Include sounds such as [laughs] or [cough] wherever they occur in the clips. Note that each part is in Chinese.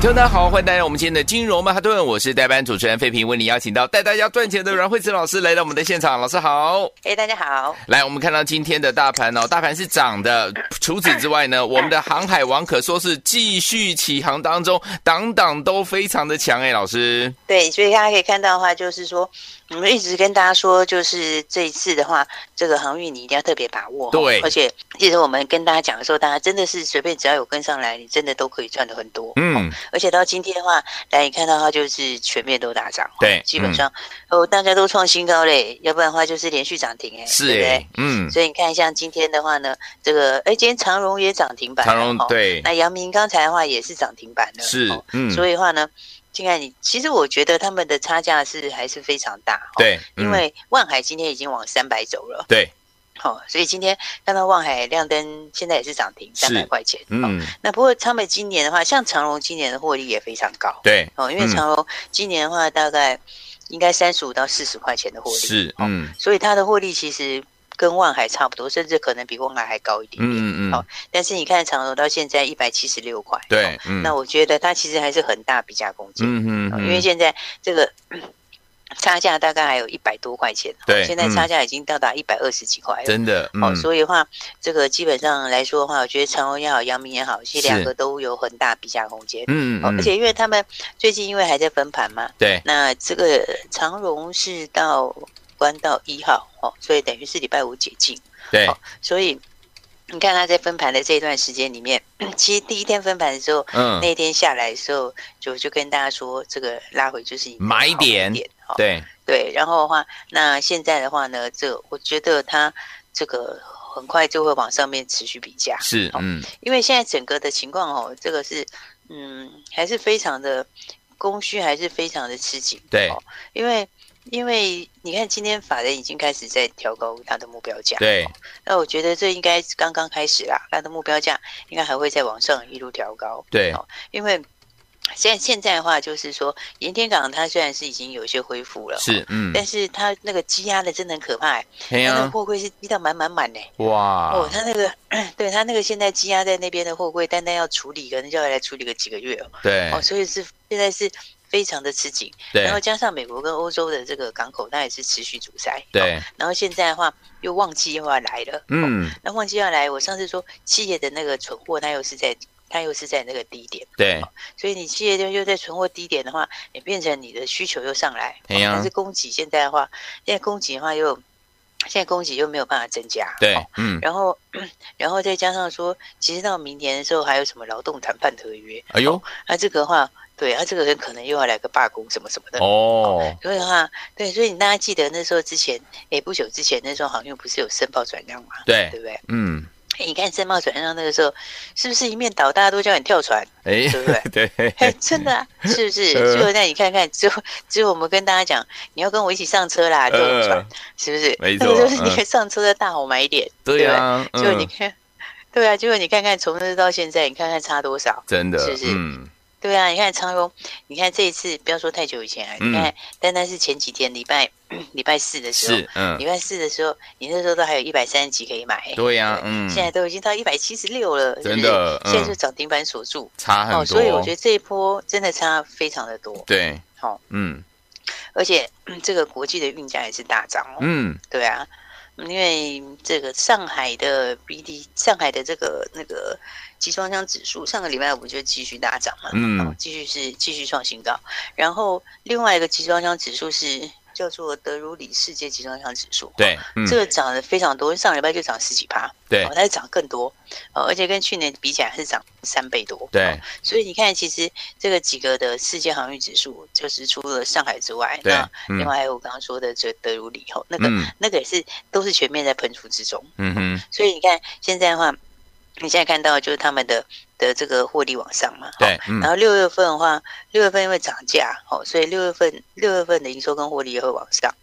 听众大家好，欢迎大家我们今天的金融曼哈顿，我是代班主持人费平，为你邀请到带大家赚钱的阮慧慈老师来到我们的现场，老师好。哎、大家好，来，我们看到今天的大盘哦，大盘是涨的。除此之外呢，我们的航海王可说是继续起航当中，档档都非常的强哎，老师。对，所以大家可以看到的话，就是说，我们一直跟大家说，就是这一次的话，这个航运你一定要特别把握。哦对而且其实我们跟大家讲的时候，大家真的是随便只要有跟上来，你真的都可以赚的很多。嗯，而且到今天的话，来你看到它就是全面都大涨，对嗯基本上、哦大家都创新高嘞，要不然的话就是连续涨停哎，是对不哎对？，嗯，所以你看，像今天的话呢，这个哎，今天长荣也涨停板了，长荣哦对那阳明刚才的话也是涨停板的，是哦，嗯，所以的话呢，现在你其实我觉得他们的差价是还是非常大，哦，对，嗯因为万海今天已经往三百走了，对，哦，所以今天看到万海亮灯，现在也是涨停是三百块钱，哦，嗯，那不过他们今年的话，像长荣今年的获利也非常高，对，哦，因为嗯长荣今年的话大概应该三十五到四十块钱的获利，是，哦嗯，所以它的获利其实跟万海差不多，甚至可能比万海还高一点点。嗯嗯嗯好，但是你看长荣到现在一百七十六块，对哦，嗯，那我觉得它其实还是很大比价空间，嗯哦嗯，因为现在这个。 [clears throat] 差价大概还有一百多块钱，哦对嗯现在差价已经到达一百二十几块了。真的，哦，嗯，所以的话，这个基本上来说的话，我觉得长荣也好，阳明也好，其实两是个都有很大比价空间。嗯哦嗯，而且因为他们最近因为还在分盘嘛，对，那这个长荣是到关到一号哦，所以等于是礼拜五解禁，对，所以你看它在分盘的这一段时间里面， [clears throat] 其实第一天分盘的时候，嗯，那一天下来的时候，就就跟大家说这个拉回就是你的买好点点哦，对，对，然后的话，那现在的话呢，这我觉得它这个很快就会往上面持续比价，是，嗯，因为现在整个的情况哦，这个是嗯，还是非常的供需还是非常的吃紧。对哦，因为因为你看今天法人已经开始在调高它的目标价，对，那我觉得这应该是刚刚开始啦，它的目标价应该还会再往上一路调高，对，因为。现在现在的话，就是说，盐田港它虽然是已经有一些恢复了，是，嗯，但是它那个积压的真的很可怕、欸，哎它那呀个，货柜是积到满满满的、哦哇，，他那个，对他那个现在积压在那边的货柜，单单要处理，可能就要来处理个几个月哦。对哦，所以是现在是非常的吃紧，然后对加上美国跟欧洲的这个港口，它也是持续阻塞。哦对，然后现在的话，又旺季又要来了。哦，嗯，那旺季要来，我上次说七月的那个存货，它又是在它又是在那个低点，对，所以你七月就又在存货低点的话，也变成你的需求又上来，哦哎呀但是供给现在的话，现在供给的话又现在供给又没有办法增加。对哦，嗯，然后，然后再加上说，其实到明年的时候还有什么劳动谈判合约，哎呦，那这个的话，对，那这个人可能又要来个罢工什么什么的。哦，所以的话，对，所以你大家记得那时候之前，哎，不久之前那时候航运不是有申报转让嘛，对对，不对？嗯，哎，你看申报转让那个时候，是不是一面倒，大家都叫你跳船，哎，？对不对对， [laughs] 哎， [laughs] 真的、啊，是不是？呃最后那你看看，之后之后我们跟大家讲，你要跟我一起上车啦，坐我们船，呃，是不是？没那错个 [laughs] 就是你嗯上车的大好买点，对呀，结果你嗯，看，对啊，结果你看看从那时到现在，你看看差多少？真的是，是嗯，对啊，你看长荣，你看这一次不要说太久以前啊，嗯你看单单是前几天礼拜 [clears throat] 礼拜四的时候，是，嗯，礼拜四的时候，你那时候都还有一百三十几可以买、对呀对，嗯，现在都已经到一百七十六了，是不真是的嗯现在就涨停板锁住差很多，哦所以我觉得这一波真的差非常的多，哦对，好、嗯而且、 [clears throat] 嗯这个国际的运价也是大涨哦，嗯，对啊，因为这个上海的 BD，上海的这个那个集装箱指数，上个礼拜五就继续大涨嘛，嗯哦继续是继续创新高。然后另外一个集装箱指数是叫做德鲁里世界集装箱指数，对，嗯哦这，个涨得非常多，上礼拜就涨十几趴，对哦，它是涨更多，哦，而且跟去年比起来是涨三倍多，对，所以你看，其实这个几个的世界航运指数，就是除了上海之外，对那嗯另外还有我刚刚说的这德鲁里吼，那个、嗯那个也是都是全面在喷出之中。嗯哼，所以你看现在的话，你现在看到就是他们的的这个获利往上嘛，对，嗯然，后六月份的话，六月份因为涨价，哦，所以六月份六月份的营收跟获利也会往上。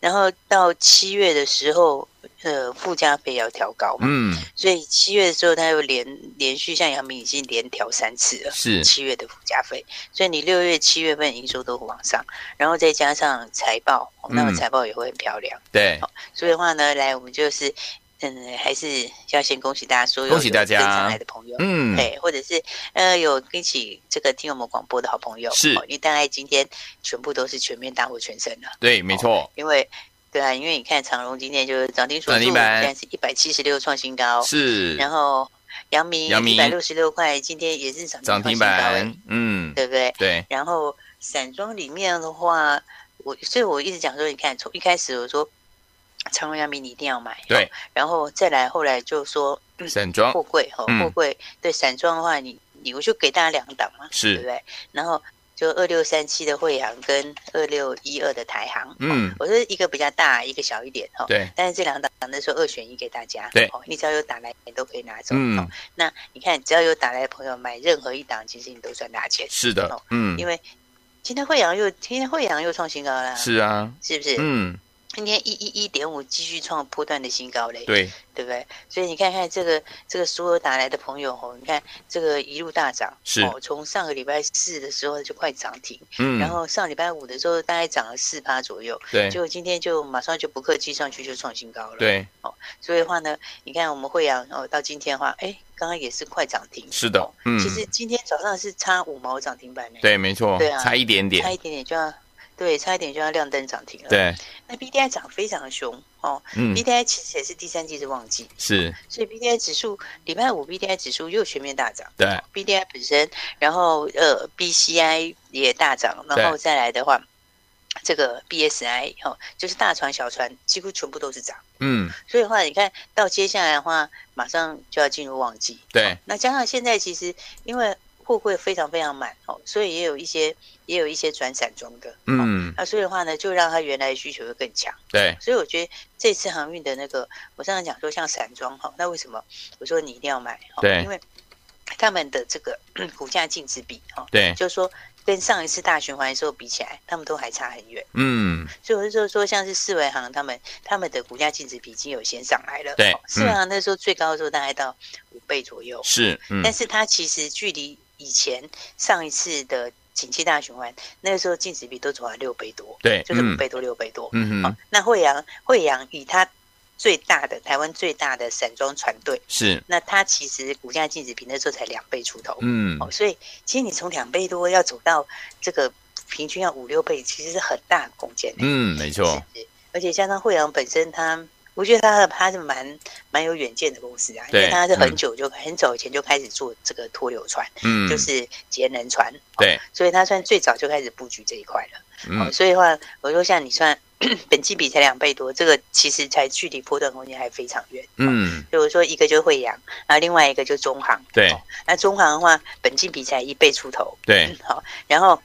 然后到七月的时候，呃，附加费要调高嘛，嗯，所以七月的时候它又连连续像阳明已经连调三次了。是，七月的附加费，所以你六月、七月份营收都往上，然后再加上财报，哦那么嗯财报也会很漂亮。对，所以的话呢，来我们就是，嗯，还是要先恭喜大家所有恭喜大家有跟上来的朋友，嗯，对，或者是呃有一起这个听我们广播的好朋友，是哦因为大概今天全部都是全面大获全胜了，对，没错，因为对啊，因为你看长荣今天就是涨停锁涨住，停现板在是一百七十六创新高，是然后阳明阳明一百六十六块，今天也是涨停涨停创新高哎板，嗯，对不对？对，然后散装里面的话，我所以我一直讲说，你看从一开始我说长荣、阳明你一定要买，对哦，然后再来后来就说嗯散装货柜哦，嗯货柜对散装的话，你你我就给大家两档嘛，对不是，对？然后就二六三七的惠阳跟二六一二的台航，哦嗯，我说一个比较大，一个小一点哦。对，但是这两档那时候二选一给大家，对哦，你只要有打来你都可以拿走。嗯哦，，那你看，只要有打来的朋友买任何一档，其实你都赚大钱。是的哦，嗯因，为呃今天惠阳又今天惠阳又创新高啦，是啊，是不是？嗯，今天一一一点五继续创波段的新高嘞，对，对不对？所以你看看这个这个所有打来的朋友哦，你看这个一路大涨，是哦，从上个礼拜四的时候就快涨停，嗯，然后上礼拜五的时候大概涨了四趴左右，对结果今天就马上就不客气上去就创新高了。，对，所以的话呢，你看我们惠阳哦，到今天的话，哎，刚刚也是快涨停，是的哦，嗯，其实今天早上是差五毛涨停板呢，对，没错对，啊差一点点差，一点点就要，对，差一点就要亮灯涨停了。，对，那 B D I 涨非常凶哦、嗯 b，D I 其实也是第三季的旺季，是，所以 B D I 指数礼拜五 B D I 指数又全面大涨对， ，B D I 本身，然后呃 B C I 也大涨，对然后再来的话。这个 BSI 哦，就是大船小船几乎全部都是涨，嗯，所以的话，你看到接下来的话，马上就要进入旺季，对，那加上现在其实因为货柜非常非常满哦，所以也有一些也有一些转散装的，哦嗯，那所以的话呢，就让它原来的需求会更强。对，所以我觉得这次航运的那个，我上次讲说像散装哈，那为什么我说你一定要买？哦对因为他们的这个 [clears throat] 股价净值比哈，对，就是说跟上一次大循环的时候比起来，他们都还差很远。嗯，所以我就说，像是四维行他们他们的股价净值比已经有先上来了。对嗯哦四维行那时候最高的时候大概到五倍左右，是，嗯，但是它其实距离以前上一次的景气大循环，那个时候净值比都走到六倍多，对，就是五嗯，倍多六倍多。嗯好哼，那惠阳惠阳以它最大的台湾最大的散装船队，是，那它其实股价净值比那时候才两倍出头。嗯，哦，所以其实你从两倍多要走到这个平均要五六倍，其实是很大的空间的。嗯，没错，是是而且加上惠阳本身它，我觉得它它是蛮蛮有远见的公司啊，因对为它是嗯很久就、很早以前就开始做这个拖流船，嗯，就是节能船，对，所以它算最早就开始布局这一块了。嗯哦，，所以的话，我说像你算 [coughs] 本季比才两倍多，这个其实才距离波段空间还非常远。嗯，所以我说一个就是惠阳，然后另外一个就是中航。对哦那中航的话，本季比才一倍出头，对，好、然后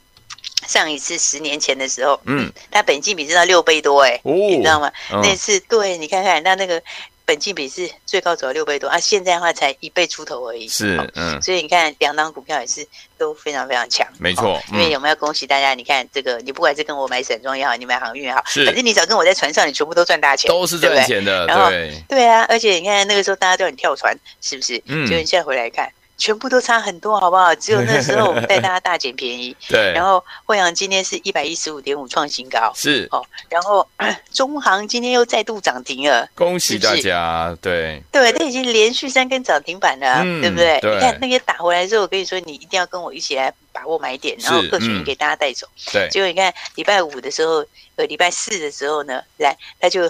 上一次十年前的时候，嗯，它本季比是到六倍多、哎、哦，你知道吗？嗯那次对你看看，那那个本季比是最高走到六倍多，啊，现在的话才一倍出头而已。是哦，嗯，所以你看两档股票也是都非常非常强，没哦。错，因为嗯，有没有恭喜大家？你看这个，你不管是跟我买散装也好，你买航运也好，是反正你只要跟我在船上，你全部都赚大钱，都是对不对赚。钱的，然后对，对啊，而且你看那个时候大家都很跳船，是不是？嗯结果你现在回来看，全部都差很多，好不好？只有那时候我们带大家大捡便宜， [laughs] 对，然后惠阳今天是一百一十五点五创新高，是然后 [clears throat] 中航今天又再度涨停了。恭喜是不大是家，对，对，它已经连续三根涨停板了啊，嗯对不对？对你看那个打回来之后，我跟你说，你一定要跟我一起来把握买点，然后是各选嗯一给大家带走。对，结果你看礼拜五的时候，呃，礼拜四的时候呢，来它就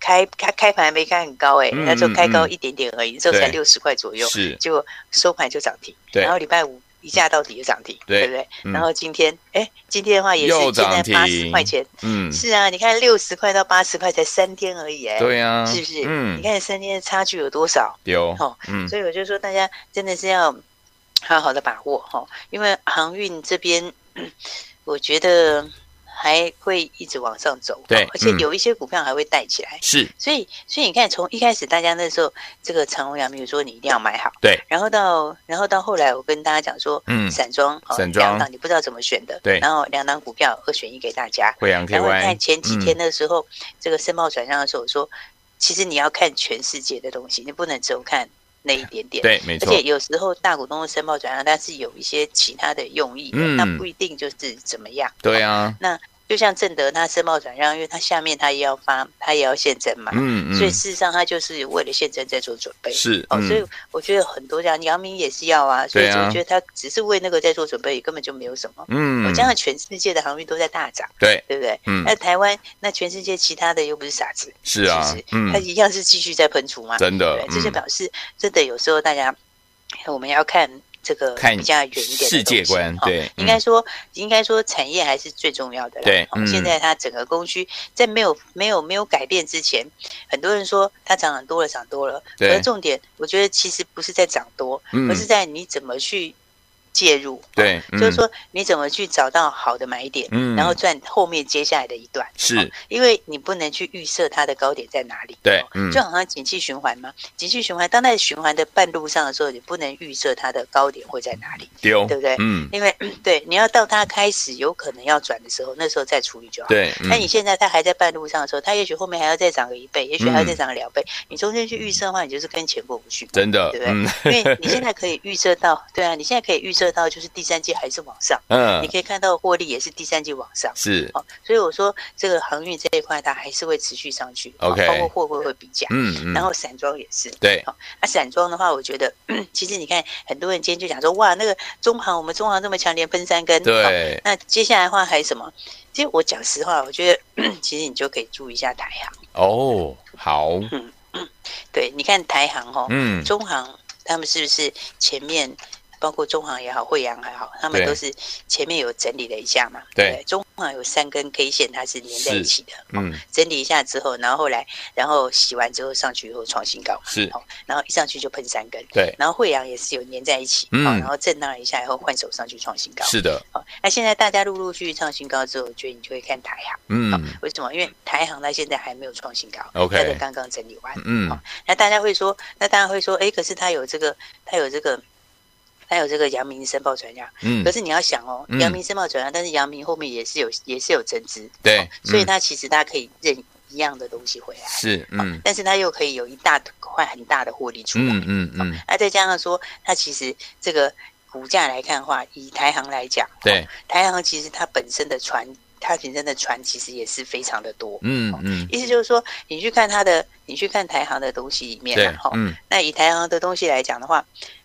开开开盘没开很高哎、欸，嗯那时候开高嗯嗯一点点而已，之后才对六十块左右，是结果收盘就涨停，对然后礼拜五一价到底就涨停，对不对？嗯然后今天哎，今天的话也是又现在涨八停十块钱，嗯，是啊，你看六十块到八十块才三天而已哎、对呀，是不是？嗯你，看三天的差距有多少？有哦，嗯，所以我就说大家真的是要 [clears throat] [clears throat] 好好的把握哈、哦，因为航运这边，嗯我觉得还会一直往上走，对哦而且嗯有一些股票还会带起来。是所以，所以你看，从一开始大家那时候这个长虹、阳明，说你一定要买好，对，然后到然后到后来，我跟大家讲说，嗯散装，哦散装两档你不知道怎么选的，对然后两档股票二选一给大家，惠阳嗯然后你看 KY，前几天的时候，这个申报转让的时候，我说，其实你要看全世界的东西，你不能只有看那一点点，对，没而错，且有时候大股东的申报转让，它是有一些其他的用意的，嗯那不一定就是怎么样。对啊，就像正德它申报转让，因为它下面它也要发，它也要现增嘛，嗯啊所以嗯，事实上它就是为了现增在做准备。是，哦，所以嗯，我觉得很多这样，姚明也是要啊，所以对啊我觉得他只是为那个在做准备，也根本就没有什么。我嗯，加上全世界的航运都在大涨，对，对不对？嗯，那台湾，那全世界其他的又不是傻子，是啊是不是，嗯它，一样是继续在喷出嘛。真的对，，这就嗯表示真的有时候大家哎我们要看这个看比较远一点的世界东西观，哈对，嗯应该说，应该说产业还是最重要的啦。对哦嗯现在它整个供需在没有没有没有改变之前，很多人说它涨很多了，涨多了。嗯对而重点，我觉得其实不是在涨多，嗯而是在你怎么去介入。哦，对，就是嗯说你怎么去找到好的买点，嗯然后赚后面接下来的一段。是哦因为你不能去预设它的高点在哪里。对哦嗯就好像景气循环嘛，景气循环，当在循环的半路上的时候，你不能预设它的高点会在哪里。丢，对不对嗯，因为 [clears throat] 对，你要到它开始有可能要转的时候，那时候再处理就好。。对，那嗯你现在它还在半路上的时候，它也许后面还要再涨个一倍，也许还要再嗯涨个两倍。你中间去预测的话，你就是跟钱过不去嘛。真的对，不对嗯因为你现在可以预测到，对啊，你现在可以预测到，就是第三季还是往上，你嗯，可以看到获利也是第三季往上。 [laughs] 是，哦，所以我说这个航运这一块它还是会持续上去哦 OK 包括货柜会比价，嗯嗯，然后散装也是。对，那散装的话，我觉得嗯其实你看，很多人今天就讲说，哇，那个中航我们中航这么强，连喷三根。哦对，那接下来的话还有什么？其实我讲实话，我觉得嗯其实你就可以注意一下台航。哦，好，对，你看台航哦，嗯，中航他们是不是前面包括中航也好，惠阳还好，他们对都是前面有整理了一下嘛？对不中航有三根 K 线，它是连在一起的。嗯，整理一下之后，然后后来，然后洗完之后上去以后创新高嘛，是，哦，然后一上去就喷三根，对，然后惠阳也是有粘在一起，嗯哦然后震荡了一下以后换手上去创新高，是的，哦，那现在大家陆陆续续创新高之后，我觉得你就会看台行，嗯为什么？因为台行它现在还没有创新高 OK 它才刚刚整理完，嗯，那大家会说，那大家会说，哎，可是它有这个，它有这个。它有这个阳明申报转让，嗯可，是你要想哦嗯，阳明申报转让，但是阳明后面也是有也是有增资，对哦所以嗯它其实它可以认一样的东西回来，是，嗯啊但是它又可以有一大块很大的获利出来。嗯嗯嗯，那再加上说，它其实这个股价来看的话，以台行来讲，对，台行其实它本身的船，它本身的船其实也是非常的多。嗯嗯，意思就是说，你去看它的，你去看台行的东西里面对啊，哈、，嗯那以台行的东西来讲的话，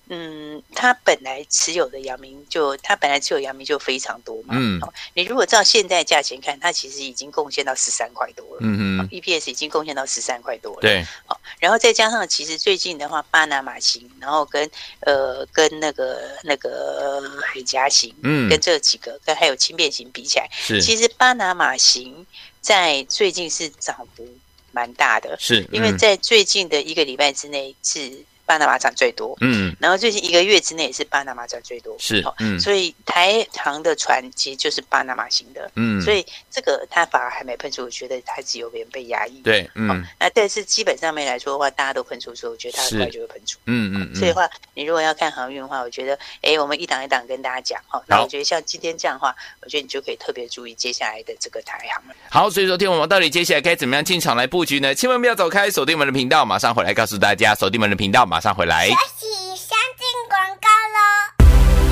嗯，它本来持有的阳明就，它本来持有阳明就非常多嘛。嗯哦，你如果照现在价钱看，它其实已经贡献到十三块多了、嗯嗯， e p s 已经贡献到十三块多了。对，哦，然后再加上其实最近的话，巴拿马型，然后跟呃跟那个那个海峡型，嗯跟这几个跟还有轻便型比起来，是其实巴拿马型在最近是涨幅蛮大的，是，嗯因为在最近的一个礼拜之内是巴拿马涨最多，嗯然后最近一个月之内也是巴拿马涨最多，是哦，嗯所以台航的船其实就是巴拿马型的，嗯，所以以这个它反而还没喷出，我觉得它是有点被压抑，对，好嗯那但是基本上面来说的话，大家都喷出，所以我觉得它很快是就会喷出。嗯嗯，所以的话，你如果要看航运的话，我觉得，哎，我们一档一档跟大家讲哈。那我觉得像今天这样的话，我觉得你就可以特别注意接下来的这个台航了。好，所以说，听我们到底接下来该怎么样进场来布局呢？千万不要走开，锁定我们的频道，马上回来告诉大家。锁定我们的频道，马上回来。洗相进广告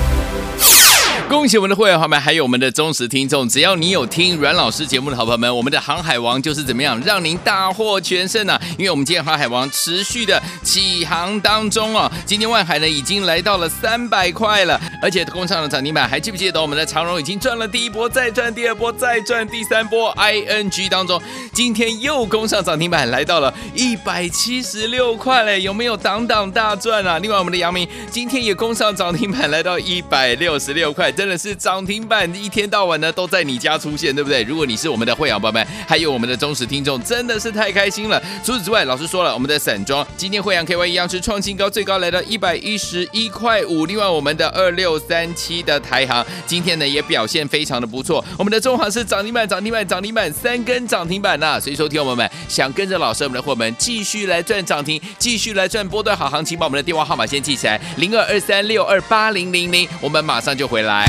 喽。恭喜我们的会员好友们，还有我们的忠实听众，只要你有听阮老师节目的好朋友们，我们的航海王就是怎么样让您大获全胜啊！因为我们今天航海王持续的起航当中哦，今天万海呢已经来到了三百块了，而且工厂的涨停板还记不记得我们的长荣已经赚了第一波，再赚第二波，再赚第三波，ING 当中今天又攻上涨停板，来到了一百七十六块嘞，有没有挡挡大赚啊？另外我们的杨明今天也攻上涨停板，来到一百六十六块，这。真的是涨停板，一天到晚呢都在你家出现，对不对？如果你是我们的会员宝宝们，还有我们的忠实听众，真的是太开心了。除此之外，老师说了，我们的散装今天惠阳 KY 一样是创新高，最高来到一百一十一块五。另外，我们的二六三七的台行今天呢也表现非常的不错，我们的中行是涨停板，涨停板，涨停板，三根涨停板呐、所以，收听我们们想跟着老师我们的伙伴们继续来赚涨停，继续来赚波段好行情，把我们的电话号码先记起来，零二二三六二八零零零，我们马上就回来。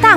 大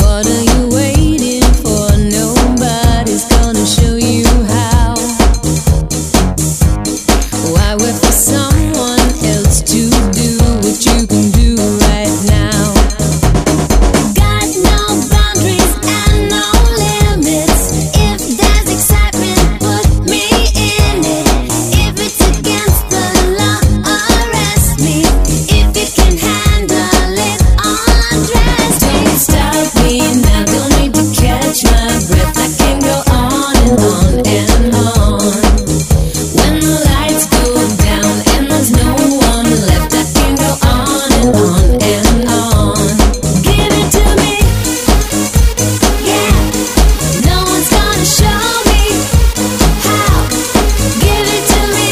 What are you waiting for? Nobody's gonna show you how. Why wait for someone else to do what you can do right now? Got no boundaries and no limits. If there's excitement, put me in it. If it's against the law, arrest me. If you can handle it, undress me. Don't stop me now. Don't need to catch my breath. I can go on and on and on. When the lights go down and there's no one left, I can go on and on and on. Give it to me, yeah. No one's gonna show me how. Give it to me,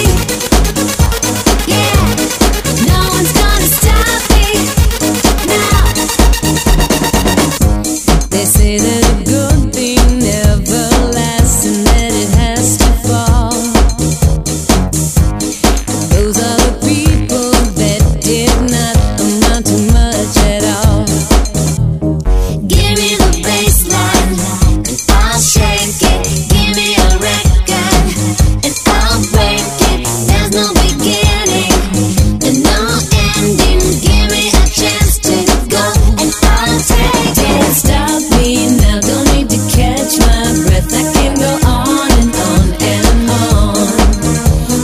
yeah. No one's gonna stop me now. They say that a good thing never lasts and that it has to fall. Those are the people that did not amount to much at all. Give me the baseline, and I'll shake it. Give me a record, and I'll break it. There's no beginning and no ending. Give me a chance to go, and I'll take it. Don't stop me now. Don't need to catch my breath. I can go on and on and on.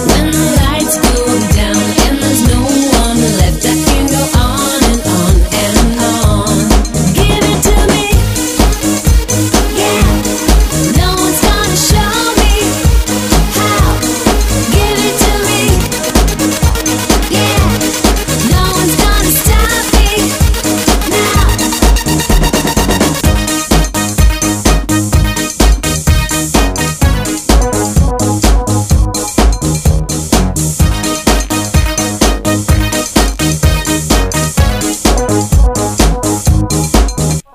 When the lights go down and there's no one left, I can go on and on and on. Give it to me, yeah. No one's gonna show me how. Give it to me, yeah. No one's gonna stop me now.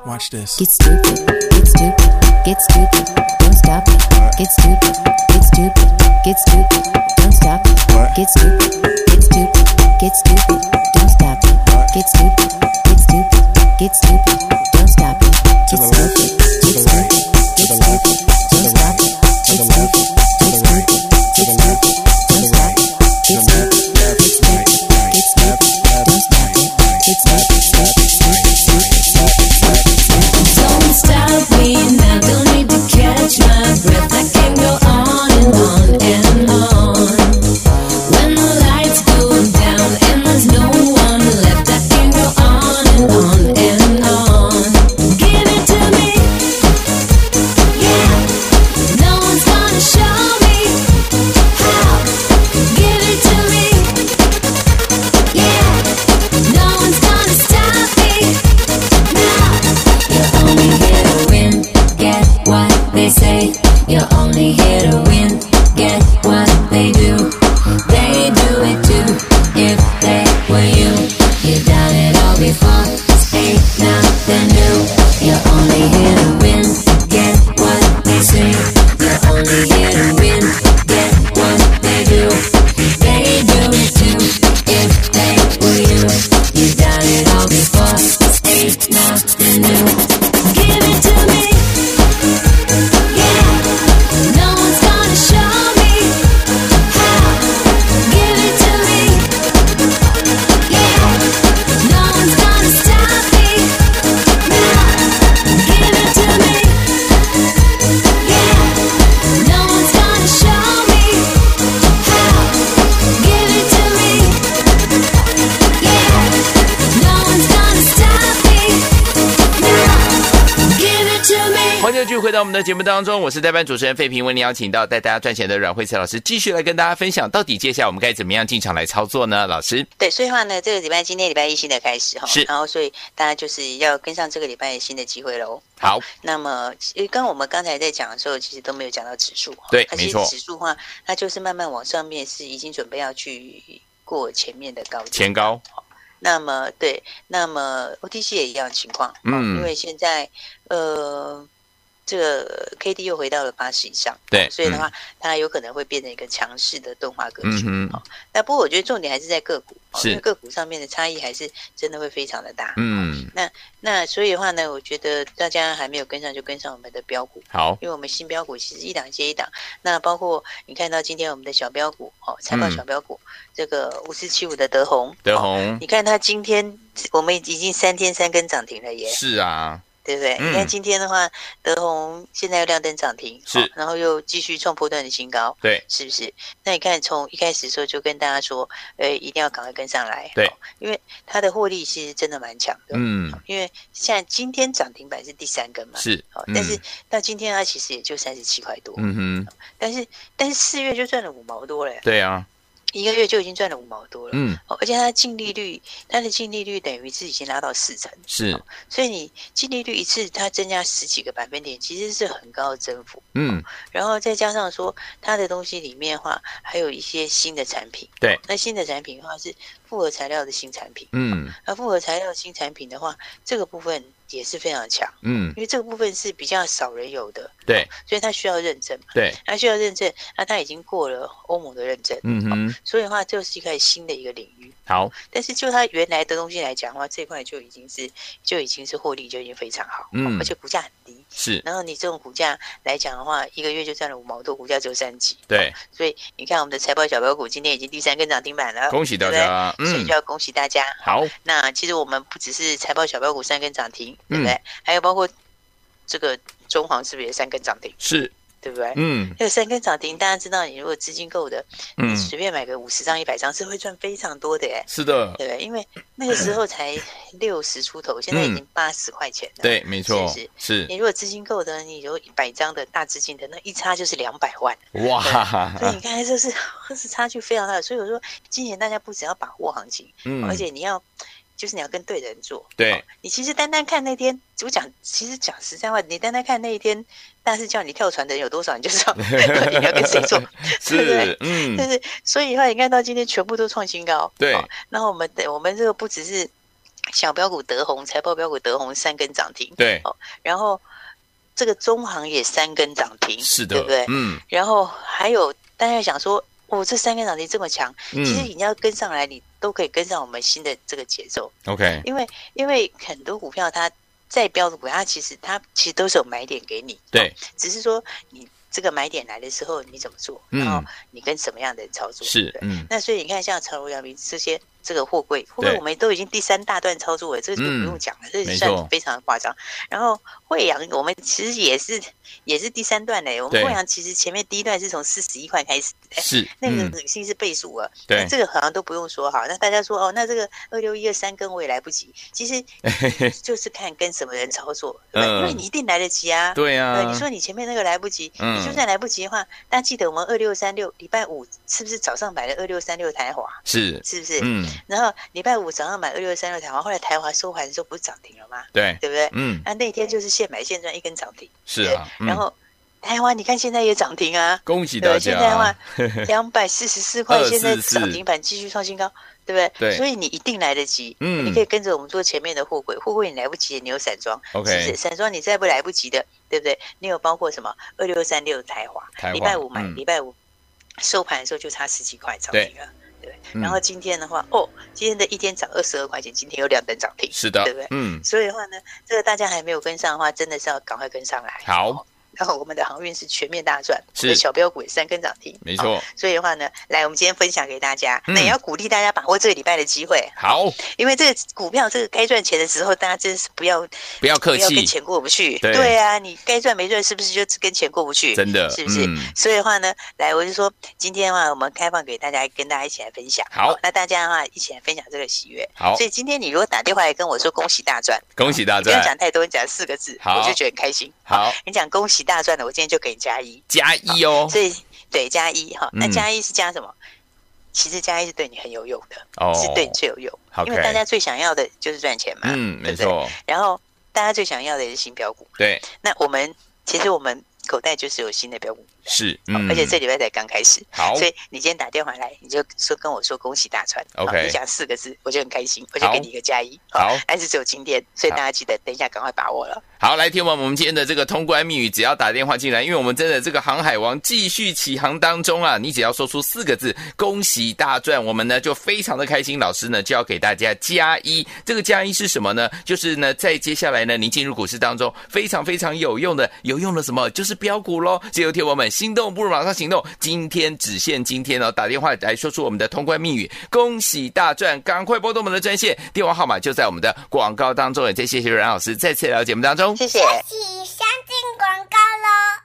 Watch this. Get stupid, get stupid, get stupid, don't stop it. Get stupid, get stupid, get stupid, don't stop it. Get stupid, get stupid, get stupid, don't stop it. Get stupid, get stupid, get stupid, don't stop it. Get stupid, get stupid, get stupid, don't stop it. Get stupid, get stupid, get stupid, don't stop it. Get stupid, get stupid, get stupid, don't stop it. Get stupid, stupid, stupid, stupid, stupid, stupid. say you're only here to win. Get what they do, they do it too. If they were you, you've done it all before. This ain't nothing new. You're only here to win. Get what they say. You're only here to win. Get what they do, they do it too. If they were you, you've done it all before. This ain't nothing new. Give it to me. No one's gonna show me how. Give it to me. Yeah. No one's gonna stop me now. Give it to me. Yeah. No one's gonna show me how. Give it to me. Yeah. No one's gonna stop me now. Give it to me. 欢迎继续回到我们的节目当中，我是代班主持人费平，为您邀请到带大家赚钱的阮慧慈老师，继续来跟大家分享，到底接下来我们该怎么样进场来操作呢？老师，对，所以的话呢，这个礼拜今天礼拜一新的开始哈是，然后所以大家就是要跟上这个礼拜新的机会喽。好，那么，因为刚我们刚才在讲的时候，其实都没有讲到指数哦。对它没其实错指数的话，它就是慢慢往上面，是已经准备要去过前面的高点。前高，那么对，那么 OTC 也一样情况，嗯嗯，因为现在呃，这个 KD 又回到了八十以上，对哦所以的话，它有可能会变成一个强势的动画格局。嗯哼，那不过我觉得重点还是在个股，哦是因为个股上面的差异还是真的会非常的大。嗯，那所以的话呢，我觉得大家还没有跟上就跟上我们的标股。好，因为我们新标股其实一档接一档，那包括你看到今天我们的小标股哦，财报嗯小标股、这个五四七五的德宏，德哦宏你看它今天我们已经三天三根涨停了耶，是啊，对不对？嗯你看今天的话，德宏现在又亮灯涨停，是哦然后又继续创波段的新高，对，是不是？那你看从一开始的时候就跟大家说，呃，一定要赶快跟上来，对哦因为它的获利其实真的蛮强的，嗯，因为现在今天涨停板是第三根嘛，是哦，，嗯但是到今天它其实也就三十七块多，嗯哼，但是但是四月就赚了五毛多了耶，对啊，一个月就已经赚了五毛多了，嗯，哦，而且它的净利率，它的净利率等于是已经拉到四成，哦是，所以你净利率一次它增加十几个百分点，其实是很高的增幅。嗯，然后再加上说它的东西里面的话，还有一些新的产品。哦对，那新的产品的话是复合材料的新产品。嗯，那复合材料新产品的话，这个部分也是非常强，嗯，因为这个部分是比较少人有的，对，所以它需要认证嘛。对，它需要认证，那它已经过了欧盟的认证，嗯哼，所以的话就是一个新的一个领域。好，但是就它原来的东西来讲的话，这一块就已经是就已经是获利就已经非常好，嗯而且股价很低。是，然后你这种股价来讲的话，一个月就赚了五毛多，股价只有三级。对，所以你看我们的财报小标股今天已经第三根涨停板了，恭喜大对不对家，所嗯以就，要恭喜大家。好，那其实我们不只是财报小标股三根涨停，对嗯不对？还有包括这个中航是不是也三根涨停，是，对不对？嗯，这个三根涨停，大家知道，你如果资金够的，你嗯，随便买个五十张、一百张是会赚非常多的哎。是的，对，因为那个时候才六十出头，现在已经八十块钱了。，嗯对，没错是，是你，如果资金够的，你有一百张的大资金的，那一差就是两百万，哇，啊所以你看这是 [laughs] 这是差距非常大的。所以我说，今年大家不只要把握行情，嗯，而且你要就是你要跟对人做。对，你其实单单看那天，我讲其实讲实在话，你单单看那一天，但是叫你跳船的人有多少，你就知道 [laughs] 你要跟谁做， [laughs] 对不是对？，嗯，但是所以的话，你看到今天全部都创新高，对哦那我们的我们这个不只是小标股德宏，财报标股德宏三根涨停，对，然后这个中行也三根涨停，是的，对不对？嗯然后还有大家想说，我、这三根涨停这么强，其实嗯你要跟上来，你都可以跟上我们新的这个节奏， ，OK，因为因为很多股票它再标的股票，它其实它其实都是有买点给你，哦对，只是说你这个买点来的时候你怎么做，嗯然后你跟什么样的人操作，是对，嗯，那所以你看，像长荣、阳明这些，这个货柜，货柜对嗯我们都已经第三大段操作了，这个就不用讲了，这没是错算非常夸张。然后惠阳，我们其实也是也是第三段嘞，我们对惠阳其实前面第一段是从四十一块开始的。是，那个嗯，已经是倍数了，对那这个好像都不用说哈。那大家说哦，那这个二六一二三跟我也来不及，其 [laughs] 实就是看跟什么人操作，对不对嗯因为你一定来得及啊。对对，啊你，说你前面那个来不及，嗯你就算来不及的话，大家记得我们二六三六礼拜五是不是早上买了二六三六台华？是，是不是？嗯，然后礼拜五早上买二六三六台华，后来台华收盘的时候不是涨停了吗？对，对不对？嗯，那那天就是现买现赚一根涨停，是啊，然后台湾你看现在也涨停啊，恭喜对大不对？现在的家啊话！两百四 [laughs] 十四块，现在244涨停板继续创新高，对不对？对所以你一定来得及。嗯你可以跟着我们做前面的货柜，货柜你来不及，你有散装 OK 是不是？散装你再不来不及的，对不对？你有包括什么二六三六台华，台华礼拜五买，嗯礼拜五收盘的时候就差十几块涨停了。对不嗯对，然后今天的话，哦，今天的一天涨二十二块钱，今天有两等涨停，是的对不对，嗯，所以的话呢，这个大家还没有跟上的话，真的是要赶快跟上来。好，然后我们的航运是全面大赚，是我们的小标股也三根涨停，没哦错，所以的话呢，来，我们今天分享给大家，嗯那也要鼓励大家把握这个礼拜的机会，好，因为这个股票这个该赚钱的时候，大家真是不要不要客不要气跟，钱过不去。对啊，你该赚没赚，是不是就跟钱过不去？真的，是不是？嗯所以的话呢，来，我就说今天的话，我们开放给大家，跟大家一起来分享。好那大家的话一起来分享这个喜悦。好所以今天你如果打电话来跟我说恭喜大赚，恭喜大你不要家，讲太多，你讲四个字，好我就觉得很开心。好，你讲恭喜大赚的，我今天就给你加一。加一哦，所以对加一哈，那嗯加一是加什么？其实加一是对你很有用的，哦，是对你最有用，因为 OK 大家最想要的就是赚钱嘛，嗯，没对不对。错，然后大家最想要的也是新标股，对，那我们其实我们口袋就是有新的标股，是，好嗯，而且这礼拜才刚开始。好，所以你今天打电话来，你就说跟我说恭喜大川好 OK 你讲四个字，我就很开心，我就给你一个加一。好好但是只有今天，所以好大家记得等一下赶快把握了。好，来，听我们我们今天的这个通关密语，只要打电话进来，因为我们真的这个航海王继续起航当中啊，你只要说出四个字“恭喜大赚”，我们呢就非常的开心，老师呢就要给大家加一。这个加一是什么呢？就是呢，在接下来呢，您进入股市当中非常非常有用的，有用的什么？就是标股喽。只有听我们心动不如马上行动，今天只限今天哦，打电话来说出我们的通关密语“恭喜大赚”，赶快拨动我们的专线，电话号码就在我们的广告当中。也再谢谢阮老师再次来到节目当中。谢谢。起相进广告喽。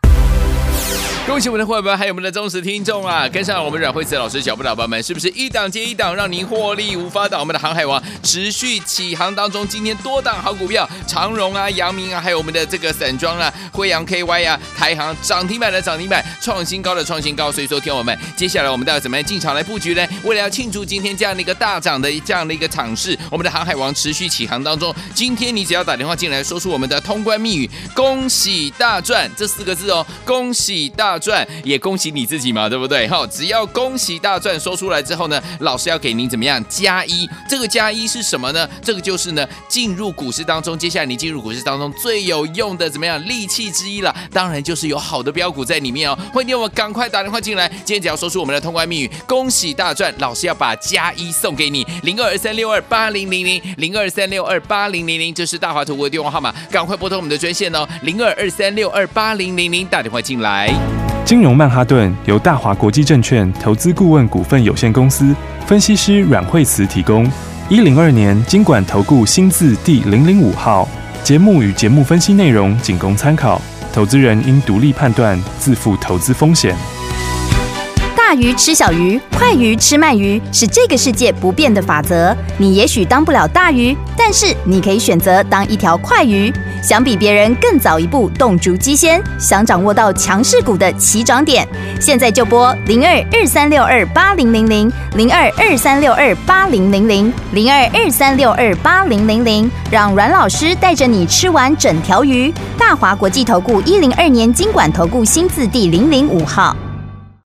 恭喜我们的伙伴们，还有我们的忠实听众啊！跟上我们阮慧慈老师脚步的伙伴们，是不是一档接一档，让您获利无法挡？我们的航海王持续起航当中，今天多档好股票，长荣啊、阳明啊，还有我们的这个散装啊、辉阳 KY 啊、台航涨停板的涨停板，创新高的创新高。所以说，听我们，接下来我们到底怎么样进场来布局呢？为了要庆祝今天这样的一个大涨的这样的一个场势，我们的航海王持续起航当中，今天你只要打电话进来，说出我们的通关密语“恭喜大赚”这四个字哦，恭喜大赚，也恭喜你自己嘛，对不对？哈，只要恭喜大赚说出来之后呢，老师要给您怎么样加一？这个加一是什么呢？这个就是呢，进入股市当中，接下来你进入股市当中最有用的怎么样利器之一了？当然就是有好的标股在里面哦。欢迎你我赶快打电话进来，今天只要说出我们的通关密语“恭喜大赚”，老师要把加一送给你，零二三六二八零零零零二三六二八零零零，这是大华图的电话号码，赶快拨通我们的专线哦，零二二三六二八零零零，打电话进来。金融曼哈顿由大华国际证券投资顾问股份有限公司分析师阮惠慈提供。一零二年经管投顾新字第零零五号。节目与节目分析内容仅供参考，投资人应独立判断，自负投资风险。大鱼吃小鱼，快鱼吃慢鱼，是这个世界不变的法则。你也许当不了大鱼，但是你可以选择当一条快鱼。想比别人更早一步动足机先，想掌握到强势股的起涨点，现在就拨零二二三六二八零零零零二二三六二八零零零零二二三六二八零零零，让阮老师带着你吃完整条鱼。大华国际投顾一零二年经管投顾新字第零零五号。